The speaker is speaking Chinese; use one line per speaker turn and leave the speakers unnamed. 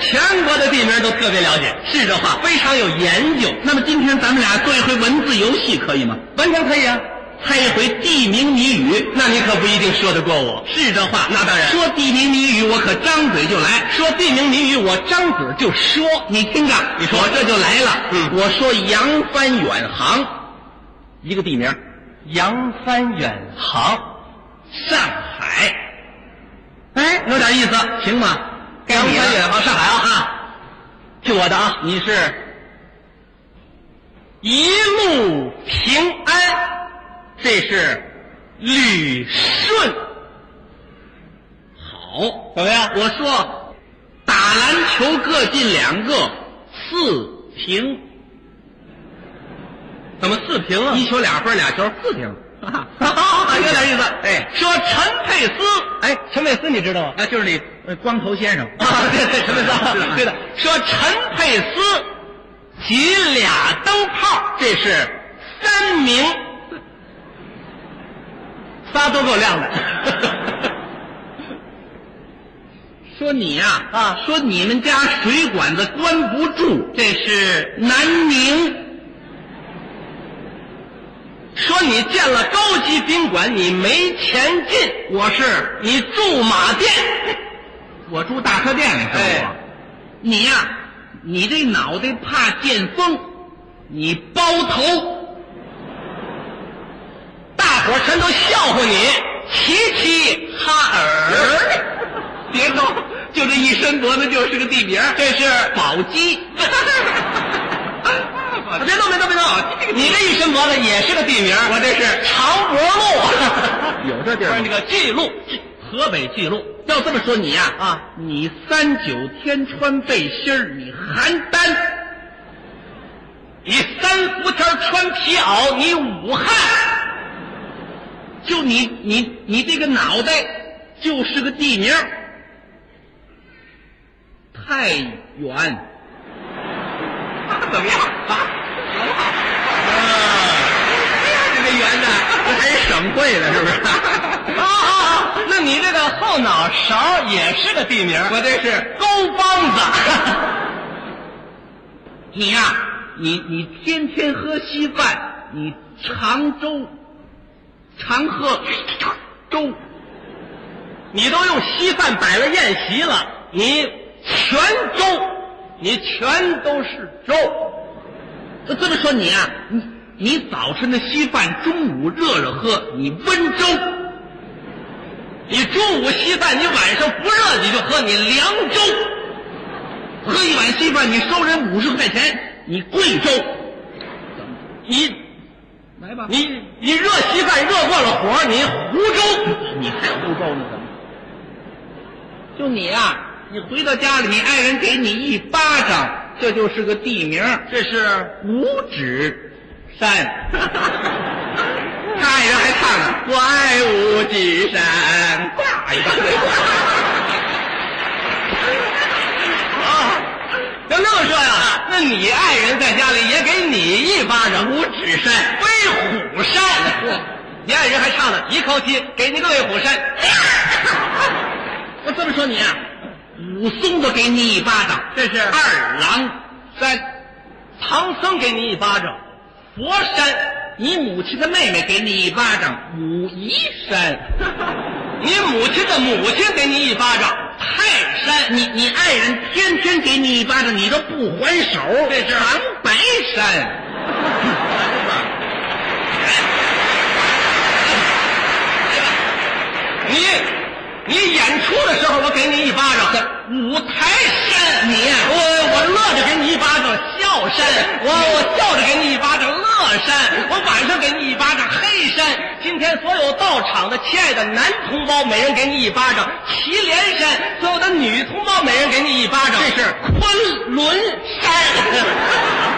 全国的地名都特别了解，是这话，非常有研究，
那么今天咱们俩做一回文字游戏，可以吗？
完全可以啊。
猜一回地名谜语，
那你可不一定说得过我。
是这话，
那当然
说地名谜语，我可张嘴就来。
说地名谜语，我张嘴就说。
你听着，
你说
我这就来了。
嗯
我说扬帆远航，一个地名，
扬帆远航，上海，
哎，有点意思，行吗？该
扬
你
帆远
了。
航上海啊啊！听我的啊，
你是
一路平安，这是旅顺，
好，
怎么样
我说打篮球各进两个，四平，
怎么四平啊？
一球俩分，俩球四平。
啊，有点意思。
哎
说陈佩斯，哎，陈佩斯你知道吗？
啊，就是你，呃光头先生
啊， 对对， 陈佩斯，对的。说陈佩斯举俩灯泡，这是三明，仨都够亮的。
说你呀、
啊
说你们家水管子关不住，
这是
南宁
说你建了高级宾馆，你没钱进，
我是
你住马店。
我住大客店里，是吧
哎
你呀、你这脑袋怕见风，你包头，
大伙儿全都笑话你，齐齐哈尔。
别动，就这一伸脖子就是个地名儿，
这是
宝 鸡。
别动，别动，别动！你这一身脖子也是个地名，
我这是
长脖鹿，
有这地儿吗
不是那个巨鹿，
河北巨鹿。要这么说你呀、
啊
你三九天穿背心儿，你邯郸。
你三伏天穿皮袄，你武汉，
就你你你这个脑袋就是个地名儿，太原。
怎么样啊？
啊哎这个圆的还是省会的，是不是？
啊啊！那你这个后脑勺也是个地名，
我这是
勾帮子。
你呀、你你天天喝稀饭，你常州，常喝粥，
你都用稀饭摆了宴席了，你全粥，你全都是粥。
那这么说你呀、你你早晨的稀饭，中午热热喝，你温粥。
你中午稀饭，你晚上不热你就喝，你凉粥。
喝一碗稀饭，你收人五十块钱，你贵州。
你
来吧你
你你热稀饭热过了火，你糊粥。
你还胡诌呢？怎么？就你呀、你回到家里，你爱人给你一巴掌，这就是个地名儿
这是
五指 山。
他爱人还唱呢。
我爱五指山，大
哎
一个。
要啊那么说呀，那你爱人在家里也给你一巴掌，五指山飞虎山。你爱人还唱呢，一口气给你个威虎 山。
我这么说你啊，武松都给你一巴掌，
这是
二郎山。
唐僧给你一巴掌，佛山。
你母亲的妹妹给你一巴掌，武夷山。
你母亲的母亲给你一巴掌，泰山。
你你爱人天天给你一巴掌，你都不还手，
这是
长白山。
你你演出的时候，我给你一巴掌。
五台山，你呀、
我我乐着给你一巴掌，笑山；我我笑着给你一巴掌，乐山；我晚上给你一巴掌，黑山。今天所有到场的亲爱的男同胞，每人给你一巴掌，祁连山；所有的女同胞，每人给你一巴掌，
这是
昆仑山。